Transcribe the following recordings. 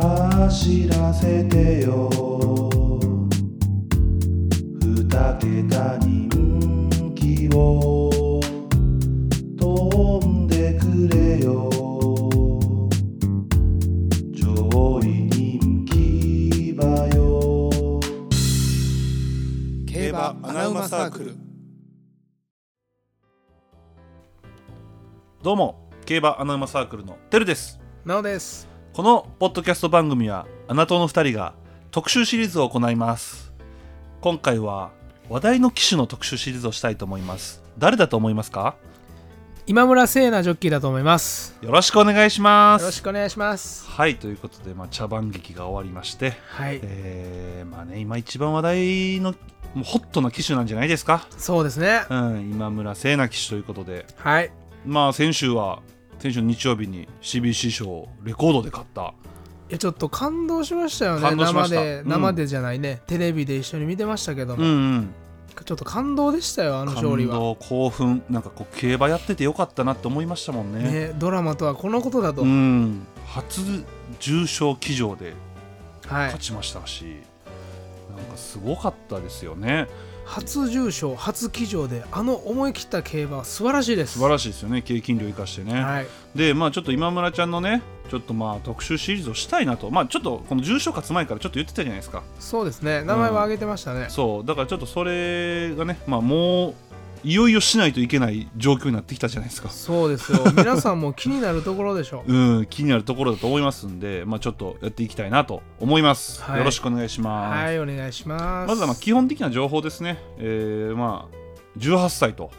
走らせてよ二桁人気を飛んでくれよ上位人気馬よ競馬アナウマサークルどうも競馬アナウマサークルのてるですなおですこのポッドキャスト番組はあなたの2人が特集シリーズを行います今回は話題の騎手の特集シリーズをしたいと思います誰だと思いますか今村聖なジョッキーだと思いますよろしくお願いしまよろしすくお願いしますはいということで、まあ、茶番劇が終わりましてはいえー、まあね今一番話題のもうホットな騎手なんじゃないですかそうですねうん今村聖奈騎手ということではいまあ先週は先週の日曜日に CBC 賞をレコードで買ったいやちょっと感動しましたよね感動しました生でうん生でじゃないね、テレビで一緒に見てましたけどうも、んうんちょっと感動でしたよあの勝利感は動興奮なんかこう競馬やっててよかったなって思いましたもんねねドラマとはこのことだと、うん初重賞騎乗ではい勝ちましたし、なんかすごかったですよね初重賞初騎乗であの思い切った競馬は素晴らしいです素晴らしいですよね経験量生かしてね、はいでまあちょっと今村ちゃんのねちょっとまあ特集シリーズをしたいなとまあちょっとこの重賞勝つ前からちょっと言ってたじゃないですかそうですね名前は挙げてましたね、そうだからちょっとそれがねまあもういよいよしないといけない状況になってきたじゃないですかそうですよ皆さんも気になるところで しょううん、気になるところだと思いますんで、まあ、ちょっとやっていきたいなと思います。はいよろしくお願いします。はいお願いしますまずはまあ基本的な情報ですね。えー、まあ18歳と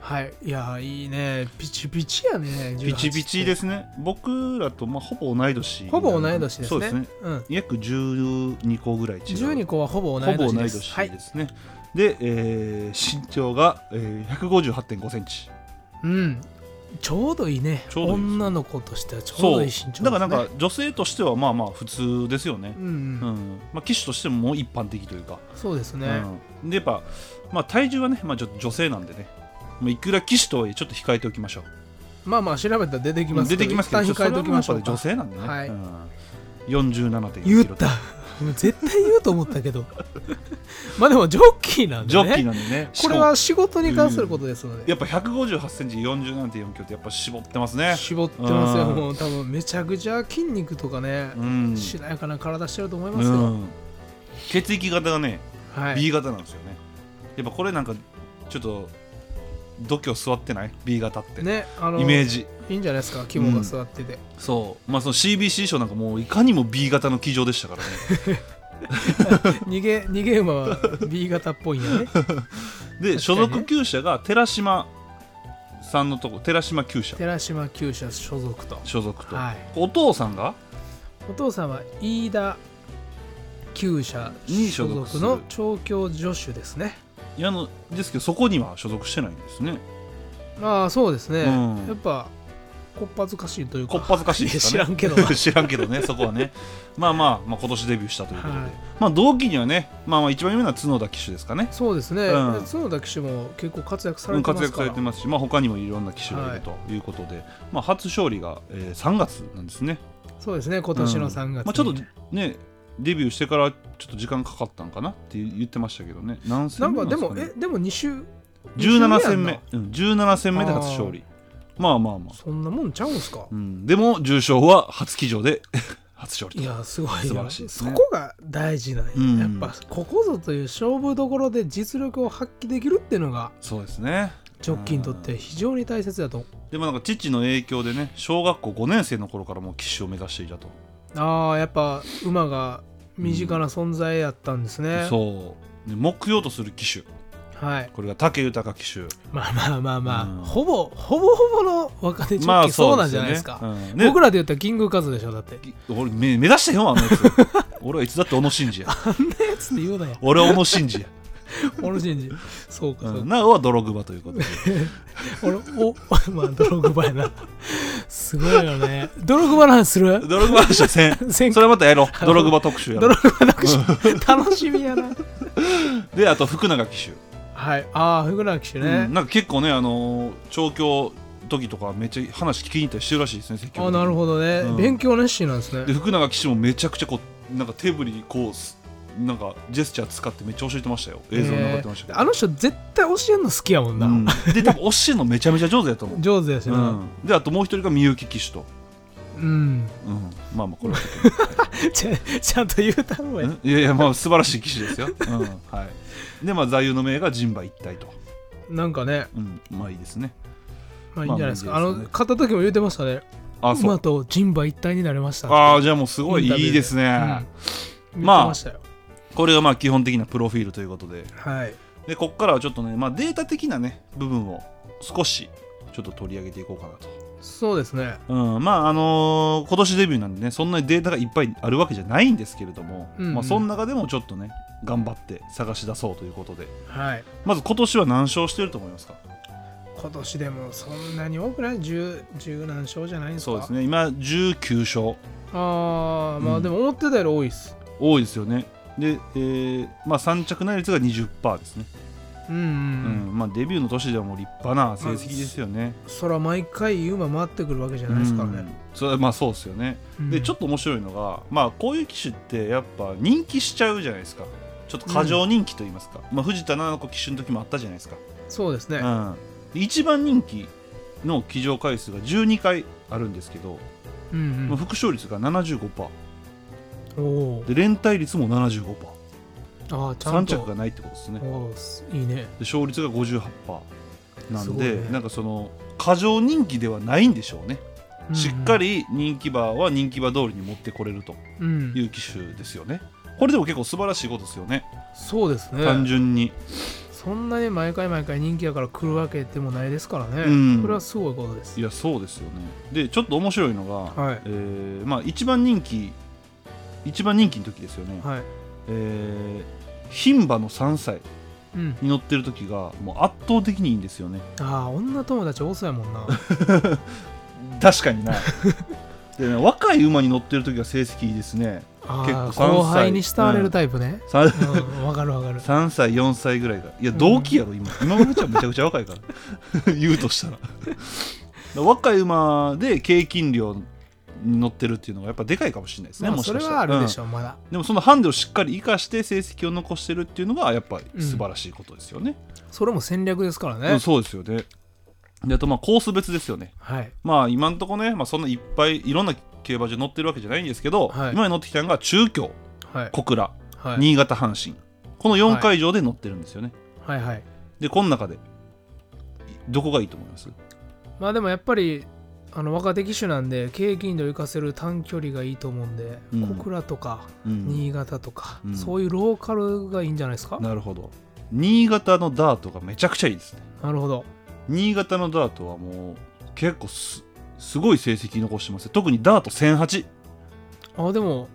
はい、いやいいねピチピチやねピチピチですすね。僕らとまあほぼ同い年。ほぼ同い年ですねそうですね。うん約12個ぐらい違う。 12個はほぼ同ほいぼ年同いで年すではい、すね。で、えー、身長が、えー、158.5センチ。うんちょうどいいねちょうどいいです女の子としてはちょうどいい身長です、ね、だからなんか女性としてはまあまあ普通ですよねう。ん、ううんん。まあ騎手としてももう一般的というか。そうですね、うん、でやっぱ、まあ、体重はね、まあ、ちょっと女性なんでね、まあ、いくら騎士とはいえちょっと控えておきましょうまあまあ調べたら出てきます出てきますけど一旦控えておきましょうそれはやっぱり女性かなんでね、はいうん、47.4キ言ロったもう絶対言うと思ったけど まあでもジョッキーなんでねジョッキーなんでねこれは仕事に関することですので、やっぱ1 5 8センチ4 7 4キロってやっぱ絞ってますね絞ってますようんもう多分めちゃくちゃ筋肉とかね、うん、しなやかな体してると思いうますよ、ん、血液型がね、はい、 B 型なんですよねやっぱこれなんかちょっと度胸座ってない B 型って、ねあのイメージいいんじゃないですか肝が座ってて、そうまあその CBC 賞なんかもういかにも B 型の騎乗でしたからね 逃げ逃げ馬は B 型っぽいんやねで所確かに属ね厩舎が寺島さんのとこ寺島厩舎寺島厩舎所属と所属と、 はいお父さんがお父さんは飯田厩舎に所所属属するの調教助手ですねいやあのですけどそこには所属してないんですねああそうですね、うんやっぱこっぱずかしいというかこっぱずかしいですか、ね、 知らんけ どな知らんけどねそこはねまあまあ、まあ、今年デビューしたということで、はいまあ同期にはねまあまあ一番有名な角田騎手ですかねそうですね、うん角田騎手も結構活躍さうれんてま活す躍かさられてますし、まあ、他にもいろんな騎手がいるということで、まあ、初勝利が、えー3月なんですねそうですね今年の3月に、まあ、ちょっとねデビューしてからちょっと時間かかったんかなって言ってましたけどね何な戦ん目なかんですか、ね、もえでも2週17戦二目週、うん、17戦目で初勝利まあまあまあ、そんなもんちゃうんすかうん、でも重賞は初騎乗で 初勝利いやすごいよ素晴らしいですねそこが大事なんや、うんやっぱここぞという勝負どころで実力を発揮できるっていうのがそうですねジョッキーにとって非常に大切だとでもなんか父の影響でね小学校5年生の頃からもう騎手を目指していたと、あーやっぱ馬が身近な存在やったんですね、そうで目標とする騎手はいこれが武豊騎手まあまあまあまあ、うんほぼほぼほぼの若手ジョッキーそうなんじゃないですか、まあそうですよねうん僕らで言ったらキングカズでしょ だってで俺目目指してへんわあんなやつ 俺はいつだって小野伸二やえっ つって言うなよ俺は小野伸二や、オロジンジそう かそううか、ん、なおは泥バということで俺お まあドログバやなすごいよねドログバなんす る泥バの車線 せんそれまたやろう泥バ特集やドろロうグバ特集 楽しみやなであと福永騎手はいああフグラ騎手うねん、なんか結構ね、あのー調教時とかめっちゃ話聞きに行ったりしてるらしいですね積極的あになるほどね、うん勉強熱心なんですねで福永騎手もめちゃくちゃこうなんか手振りこうすなんかジェスチャー使ってめっちゃ教えてましたよ映像に上がってましたけえど、ーあの人絶対教えるの好きやもんな、うんで多分教えるのめちゃめちゃ上手やと思う、上手やしうな、ん、であともう一人がみゆき騎手と、うん うん、まあまあこれはちゃちゃんと言うた方が いい、いやいやまあ素晴らしい騎手ですよ、うんはい、でまあ座右の銘が人馬一体と、なんかねうん、まあいいですねまあいいんじゃないですか、まああまあいいですねの買った時も言うてましたねあそう馬と人馬一体になれましたってああじゃあもうすごいインタビューいいですね、うん、言まあってましたよ、これがまあ基本的なプロフィールということではいでここからはちょっとね、まあ、データ的なね部分を少しちょっと取り上げていこうかなとそうですねうん、まああのー今年デビューなんでねそんなにデータがいっぱいあるわけじゃないんですけれども、うんうんまあ、その中でもちょっとね頑張って探し出そうということではいまず今年は何勝してると思いますか今年でもそんなに多くない十十何勝じゃないんですかそうですね今19勝ああまうあんでも思ってたより多いっす多いですよねで、えーまあ、3着内率が20%ですね、うんうん、うんうん、まあ、デビューの年ではもう立派な成績ですよね、そら毎回いい馬回ってくるわけじゃないですからうんね、それまあそうですよね、でちょっとと面白いのが、まあ、こういう機種ってやっぱ人気しちゃうじゃないですかちょっと過剰人気と言いますか、まあ、藤田七子機種の時もあったじゃないですか、そうですね、うん、で一番人気の騎乗回数が12回あるんですけど、うんうんまあ、副勝率が75%おおーで連帯率も 75%3 ああちゃんと着がないってことですねでおーすいいね勝率が58%なすんごいで、ねなんかその過剰人気ではないんでしょうね、しっかりり、人気馬は人気馬通りに持ってこれるとうんうんいう機種ですよねこれでも結構素晴らしいことですよね、そうですね単純にそんなに毎回毎回人気やから来るわけでもないですからね、うんこれはすごいことですいやそうですよねでちょっと面白いのが、はいえーまあ、一番人気一番人気の時ですよね、はい、えー牝馬の3歳うん、に乗ってる時がもう圧倒的にいいんですよねああ女友達多そうやもん な確か になでね若い馬に乗ってる時が成績いいですねあ結構ー3歳後輩に慕われるタイプね、 さうんわ、かるわかる3歳4歳ぐらいがいやうん同期やろ今今のうちはめちゃくちゃ若いから 言うとしたら若い馬で軽金量に乗ってるっていうのがやっぱでかいかもしれないですね、まあもしそかれしたらはあるでうんしょう、まだでもそのハンデをしっかり生かして成績を残してるっていうのがやっぱり素晴らしいことですよね。それも戦略ですからね、うんそうですよね。であとまあコース別ですよね。はいまあ今のところね、まあ、そんないっぱいいろんな競馬場に乗ってるわけじゃないんですけど、はい今に乗ってきたのが中京、はい小倉、はい新潟、阪神この4会場で乗ってるんですよね。はいはいでこの中でどこがいいと思いますまあでもやっぱりあの若手機種なんで経験度を生かせる短距離がいいと思うんで、うん小倉とかうん、新潟とか、うんそういうローカルがいいんじゃないですか、なるほど。新潟のダートがめちゃくちゃいいですね。なるほど新潟のダートはもう結構すすごい成績残してますよ特にダート1008あでも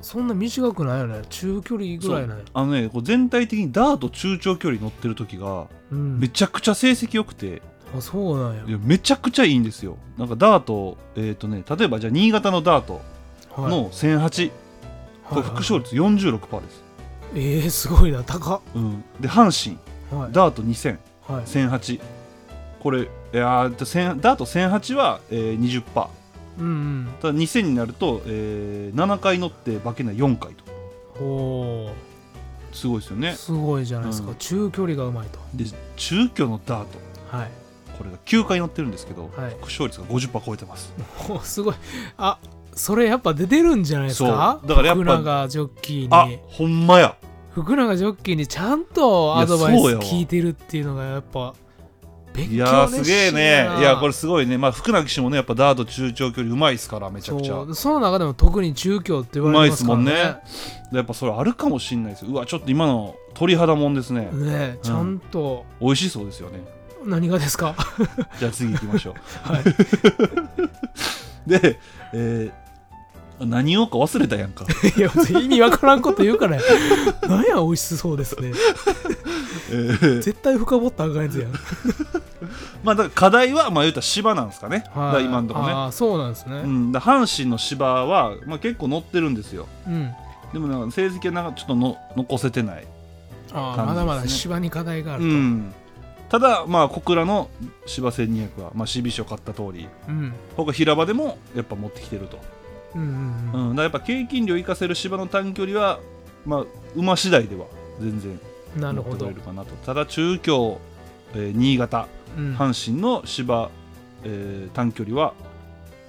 そんな短くないよね中距離ぐらいなんやあのねこう全体的にダート中長距離乗ってる時がうんめちゃくちゃ成績良くて、あそうなんいややめちゃくちゃいいんですよなんかダートえっ、とね例えばじゃあ新潟のダートはいの1008、これ副勝利率46%です、えー、すごいな高っうん、で阪は神ダート2000いはい1008これいやー1000ダート1008は、えー、20%うんうんただ2000になると、えー7回乗って化けない4回とおすごいですよーねすごいじゃないですか、うん中距離がうまいとで中距のダートはいこれが9回乗ってるんですけど、はい副勝率が50%超えてます おすごいあそれやっぱ出てるんじゃないですかそうだからやっぱ福永ジョッキーあにほんまや福永ジョッキーにちゃんとアドバイスいやそうやわ聞いてるっていうのがやっぱ勉いや強ーす熱げえ心やなねいやこれすごいねまあ福永騎手もねやっぱダート中長距離うまいですからめちゃくちゃそうその中でも特に中距って言われてますからうまいっやっぱそれあるかもしんないですうわちょっと今の鳥肌もんですね、ねえちゃんと、美味しそうですよね何がですか じゃあ次行きましょうはい で、えー何言おうか忘れたやんかいや別に意味わからんこと言うからやなんや美味しそうです ねえー絶対深掘ったらあかんやつやん、まあだから課題はまあ言うたら芝なんですかね、だかはら今んとこねああそうなんですねうん、だから阪神の芝は、まあ、結構乗ってるんですようん、でもなんか成績はなんかちょっとの残せてないああ感じですねまだまだ芝に課題があるうと、ん、ただまあ小倉の芝1200は、まあ、CBC を買った通りうん他平場でもやっぱ持ってきてると、うんうんうん、だからやっぱ経験量生かせる芝の短距離は、まあ、馬次第では全然うんな持るってほこどれるかなとただ中京、えー新潟うん阪神の芝、えー短距離は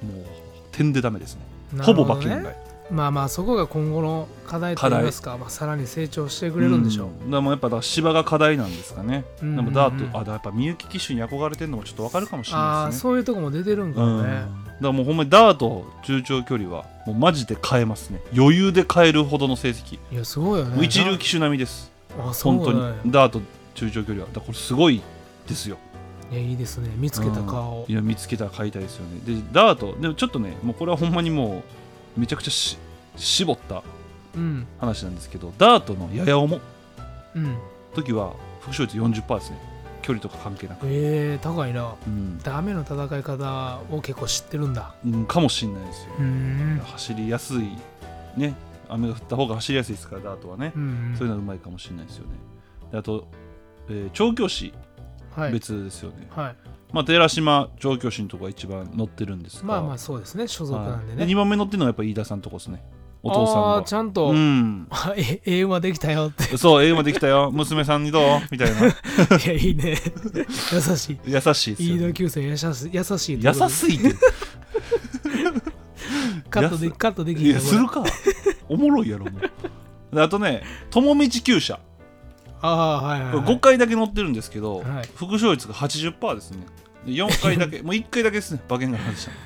もう点でダメですねなほるぼど馬券外ねまあまあそこが今後の課題といいますか、まあ、さらに成長してくれるんでしょう、ん、でもやっぱだから芝が課題なんですかね、うんでもダート、うんあだからやっぱみゆき騎手に憧れてるのもちょっとわかるかもしれあないあですねそういうとこも出てるんかうんもだね、からもうほんまにダート中長距離はもうマジで変えますね余裕で変えるほどの成績、いやすごいよもうね一流騎手並みですあそう本当になんやダート中長距離はだからこれすごいですよいやいいですね見つけた顔、いや見つけたら買いたいですよねでダートでもちょっとねもうこれはほんまにもうめちゃくちゃし絞ったうん話なんですけどダートのやや重うん時は副勝率40%ですね距離とか関係なく、えー、高いなうんダメの戦い方を結構知ってるんだうんかもしれないですよ、うーん走りやすいね雨が降った方が走りやすいですからダートはね、うんそういうのはうまいかもしれないですよねであと、えー調教師はい、別ですよね、はい、まあ寺島調教師のとこが一番乗ってるんですがまあまあそうですね所属なんでね、 2番目乗ってるのはやっぱ飯田さんのとこですねお父さんあがあちゃんと、うん ええ馬できたよってそうええ馬できたよ 娘さんにどうみたいないやい いね優しい優しいですよ飯ね田急線優しい優しい優ところでしいってカットやですカットできいひんやよこすれるかおもろいやろもうであとね友道厩舎ああはいはい、は5い、回だけ乗ってるんですけど、はい副勝率が80%ですねで4回 だけもう1回だけですね馬券が外したの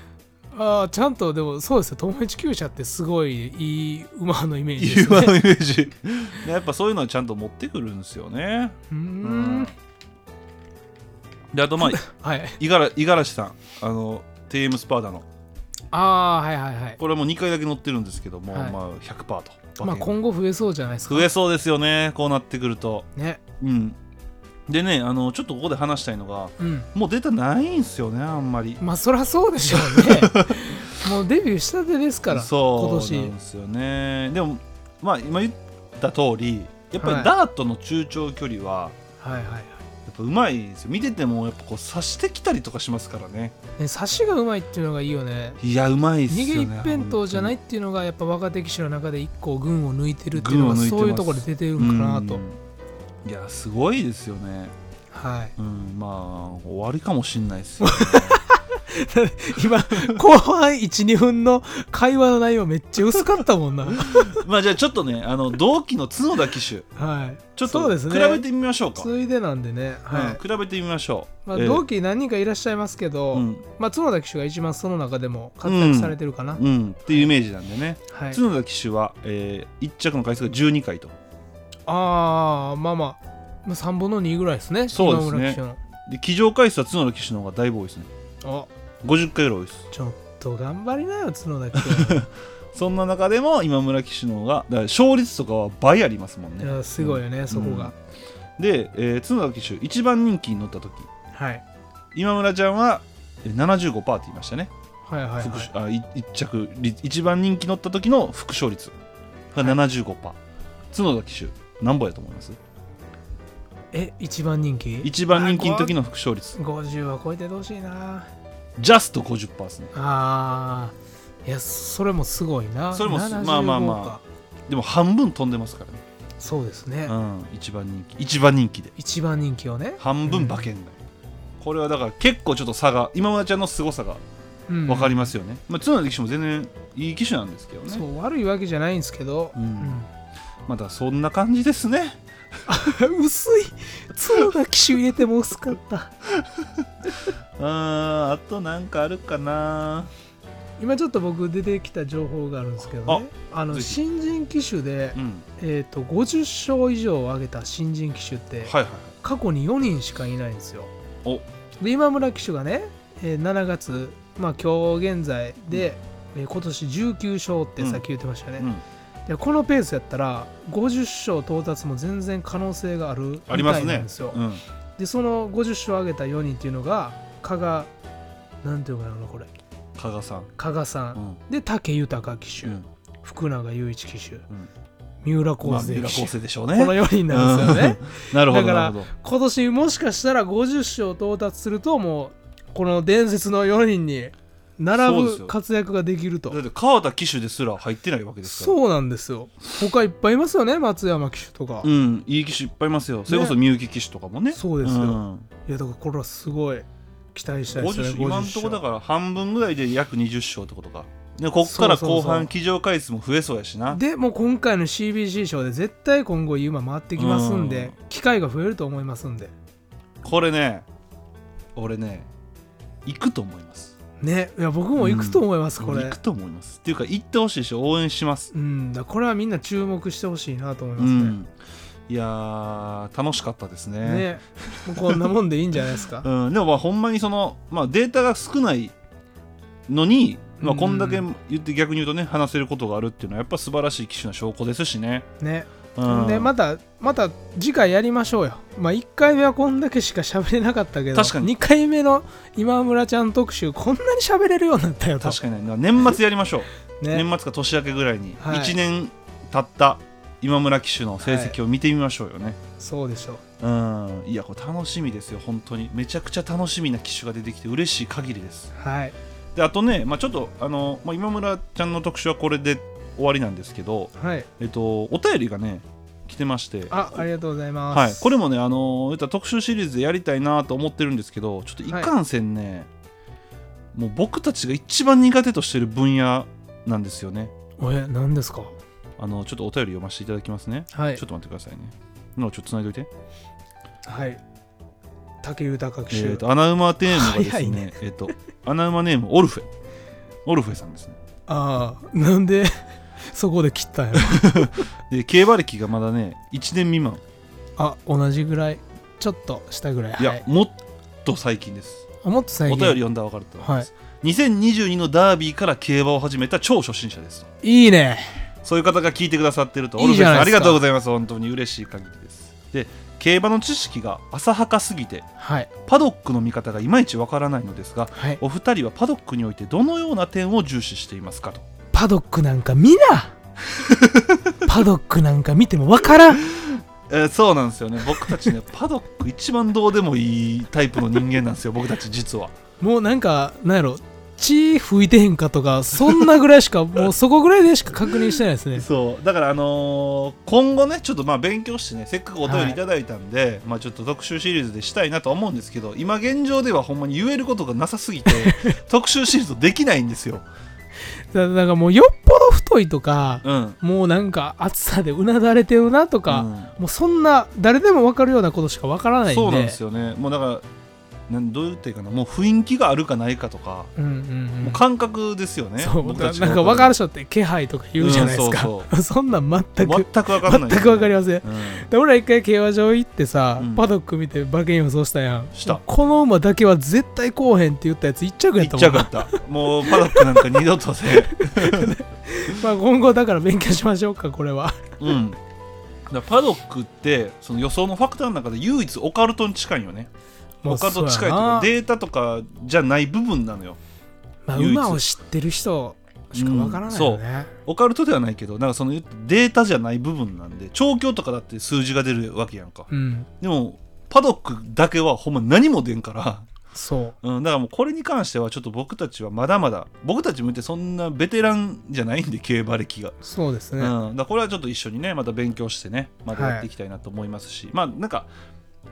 ああちゃんとでもそうですよ友一厩舎ってすごいいい馬のイメージです今ねのイメージ でやっぱそういうのはちゃんと持ってくるんですよね うーうんであとまあはい五十嵐五十嵐さんあの TM スパーダのああはいはいはいこれも2回だけ乗ってるんですけども、はいまあ100%と馬まあ券今後増えそうじゃないですか増えそうですよねこうなってくるとねうんでねあのちょっとここで話したいのがうんもうデータないんすよねあんまりまあそりゃそうでしょう ねもうデビューしたてですからそう今なん年ですよねでもまあ今言った通りやっぱはりいダートの中長距離ははいはいはいやっぱうまいんですよ見ててもやっぱこう刺してきたりとかしますからねね差しがうまいっていうのがいいよねいやうまいっすよ逃ねげ一辺倒じゃないっ本ていうのがやっぱ若手騎手の中で一個群を抜いてるっていうのが群を抜いてますそういうところで出てる当んにかなとうんいやすごいですよねはいうんまあ終わりかもしんないっすよね 今後半12分の会話の内容めっちゃ薄かったも んなまあじゃあちょっとねあの同期の角田騎手はいちょっそうとで比すねべてみましょうかついでなんでねはい、うん比べてみましょうまあ、えー同期何人かいらっしゃいますけど、うんまあ、角田騎手が一番その中でも活躍されてるかな、うんっていうイメージなんでねはい、角田騎手は、えー、1着の回数が12回とああまあまあまあ3分の2ぐらいですねそうですね今村で騎乗回数は角田騎手の方がだいぶ多いですね騎手の50回ぐらい多いですあちょっと頑張りなよ角田騎手そんな中でも今村騎手の方がだから勝率とかは倍ありますもん いねやすごいよね、そこが、で、えー角田騎手一番人気に乗った時はい、今村ちゃんはえー75%って言いましたね、はいはいはい副あい一着り一番人気乗った時の副勝率が75%、角田騎手何本やと思いますえ一番人気一番人気の時の副勝率50は超えてほしいなジャスト50%ですねあーいやそれもすごいなそれもす75まあまあまあかでも半分飛んでますからねそうですね、うん、一番人気一番人気で一番人気をね、半分馬券外、これはだから結構ちょっと差が今村ちゃんの凄さがうん分かりますよね、まあ、角田騎手も全然いい騎手なんですけどねそう悪いわけじゃないんですけど、うんまあだからそんな感じですねうん 薄い角田騎手入れても薄かったうんあとなんかあるかな今ちょっと僕出てきた情報があるんですけどねあのぜひ新人騎手でう、んえー、と50勝以上を挙げた新人騎手ってはいはい過去に4人しかいないんですよおで今村騎手がね、えー7月、まあ、今日現在で、えー今年19勝ってさっき言ってましたよね、うんでこのペースやったら50勝到達も全然可能性があるみありまたすいなんねですようんでその50勝を挙げた4人っていうのが加賀なんていうのかなこれ加賀さん加賀さ、うんんで武豊騎手、うん福永雄一騎手、ん三浦まあ康三生浦騎手、昴生でしょうこのね。 4人なんですよねなるほど、だかならるほど。今年もしかしたら50勝到達するともうこの伝説の4人に並そうですぶよ活躍ができるとだって川田騎手ですら入ってないわけですから。そうなんですよ他いっぱいいますよね松山騎手とか、ういん、いい騎手いっぱいいますよ。それこそ三幸騎手とかもね。そうですよんやだからこれはすごい期待したいですね50今のとこだから半分ぐらいで約20勝ってことか。でこっそかうそらうそう後半騎乗回数も増えそうやしな。でもう今回の CBC 賞で絶対今後今回ってきますんで、機会が増えると思いますんでこれね、俺ね、行くと思います。ねいや僕も行くと思います、こ行れくと思います。っていうか行ってほしいし応援します。うんだからこれはみんな注目してほしいなと思いうますね、ん。いやー楽しかったですね。ねもうこんなもんでいいんじゃないで すかうん、でもまあほんまにその、まあ、データが少ないのに、まあ、うんこんだけ言って逆に言うとね話せることがあるっていうのはやっぱ素晴らしい機種の証拠ですしね。ねうんでまたまた次回やりましょうよまあ1回目はこんだけしか喋れなかったけど確かに2回目の今村ちゃん特集こんなに喋れるようになったよと確かにね年末やりましょう、 ね年末か年明けぐらいに、はい1年経った今村機種の成績を見てみましょうよね。そうでしょううん、いやこれ楽しみですよ本当にめちゃくちゃ楽しみな機種が出てきて嬉しい限りです。はいであとね、まあ、ちょっとあの、まあ、今村ちゃんの特集はこれで終わりなんですけど、はいえっと、お便りがね来てましてあありがとうございます、はい、これもね、あのー言ったら特集シリーズでやりたいなと思ってるんですけどちょっといかんせんね、もう僕たちが一番苦手としてる分野なんですよねおえ何ですかあのちょっとお便り読ませていただきますね、はいちょっと待ってくださいねのちょっとつないでおいて、はい竹豊え騎手、ー、とアナウマネームがです早ねいねえっとアナウマネームオルフェオルフェさんですねああ なんでそこで切ったんやろで競馬歴がまだね1年未満あ同じぐらいちょっと下ぐらいいや、はいもっと最近ですあもっとお最便り近読んだら分かると思います、2022のダービーから競馬を始めた超初心者ですといいねそういう方が聞いてくださってると、オいルいフじェゃさんないありですかがとうございます。本当に嬉しい限りです。で、競馬の知識が浅はかすぎて、はいパドックの見方がいまいちわからないのですが、はいお二人はパドックにおいてどのような点を重視していますかと。パドックなんか見 なパドックなんか見てもわからんえーそうなんですよね。僕たちね、 パドック一番どうでもいいタイプの人間なんですよ、僕たち実は。もうなんかなんやろ血吹いてへんかとかそんなぐらいしかもうそこぐらいでしか確認してない ですねそうだからあのー今後ねちょっとまあ勉強してねせっかくお便りいただいたんで、まあちょっと特集シリーズでしたいなとは思うんですけど今現状ではほんまに言えることがなさすぎ て特集シリーズできないんですよだだからもうよっぽど太いとか、うんもうなんか暑さでうなだれてるなとか、うもうそんな誰でも分かるようなことしか分からないんでそうなんですよ、よねもうだからなんどう言っていいかなもう雰囲気があるかないかとか、うんうんう、もうん感覚ですよねそう僕たちなんかわ分かる人って気配とか言うじゃないですか、うんそう そんなん全全くくわからない、全く分かりませんうんで俺ら一回競馬場行ってさ、うんパドック見て馬券予想したやんしたこの馬だけは絶対こうへんって言ったやつ一着言やったっもちゃんうかなったもうパドックなんか二度と せんまあ今後だから勉強しましょうかこれはうん、だからパドックってその予想のファクターの中で唯一オカルトに近いよねもうオカルトに近いとそいううやかなデータとかじゃない部分なのよまあ、 唯一馬を知ってる人しかわからないよね、オカルトではないけどなんかそのデータじゃない部分なんで調教とかだって数字が出るわけやんかうんでもパドックだけはほんま何も出んから、そううん、だからもうこれに関してはちょっと僕たちはまだまだ僕たちも言ってそんなベテランじゃないんで競馬歴がそうですね、うん、だからこれはちょっと一緒にねまた勉強してねまたやっていきたいなと思いますし、まあなんか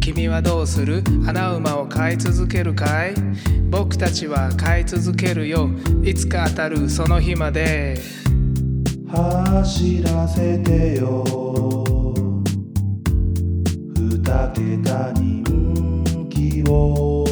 君はどうする穴馬を飼い続けるかい僕たちは飼い続けるよいつか当たるその日まで走らせてよ二桁人気を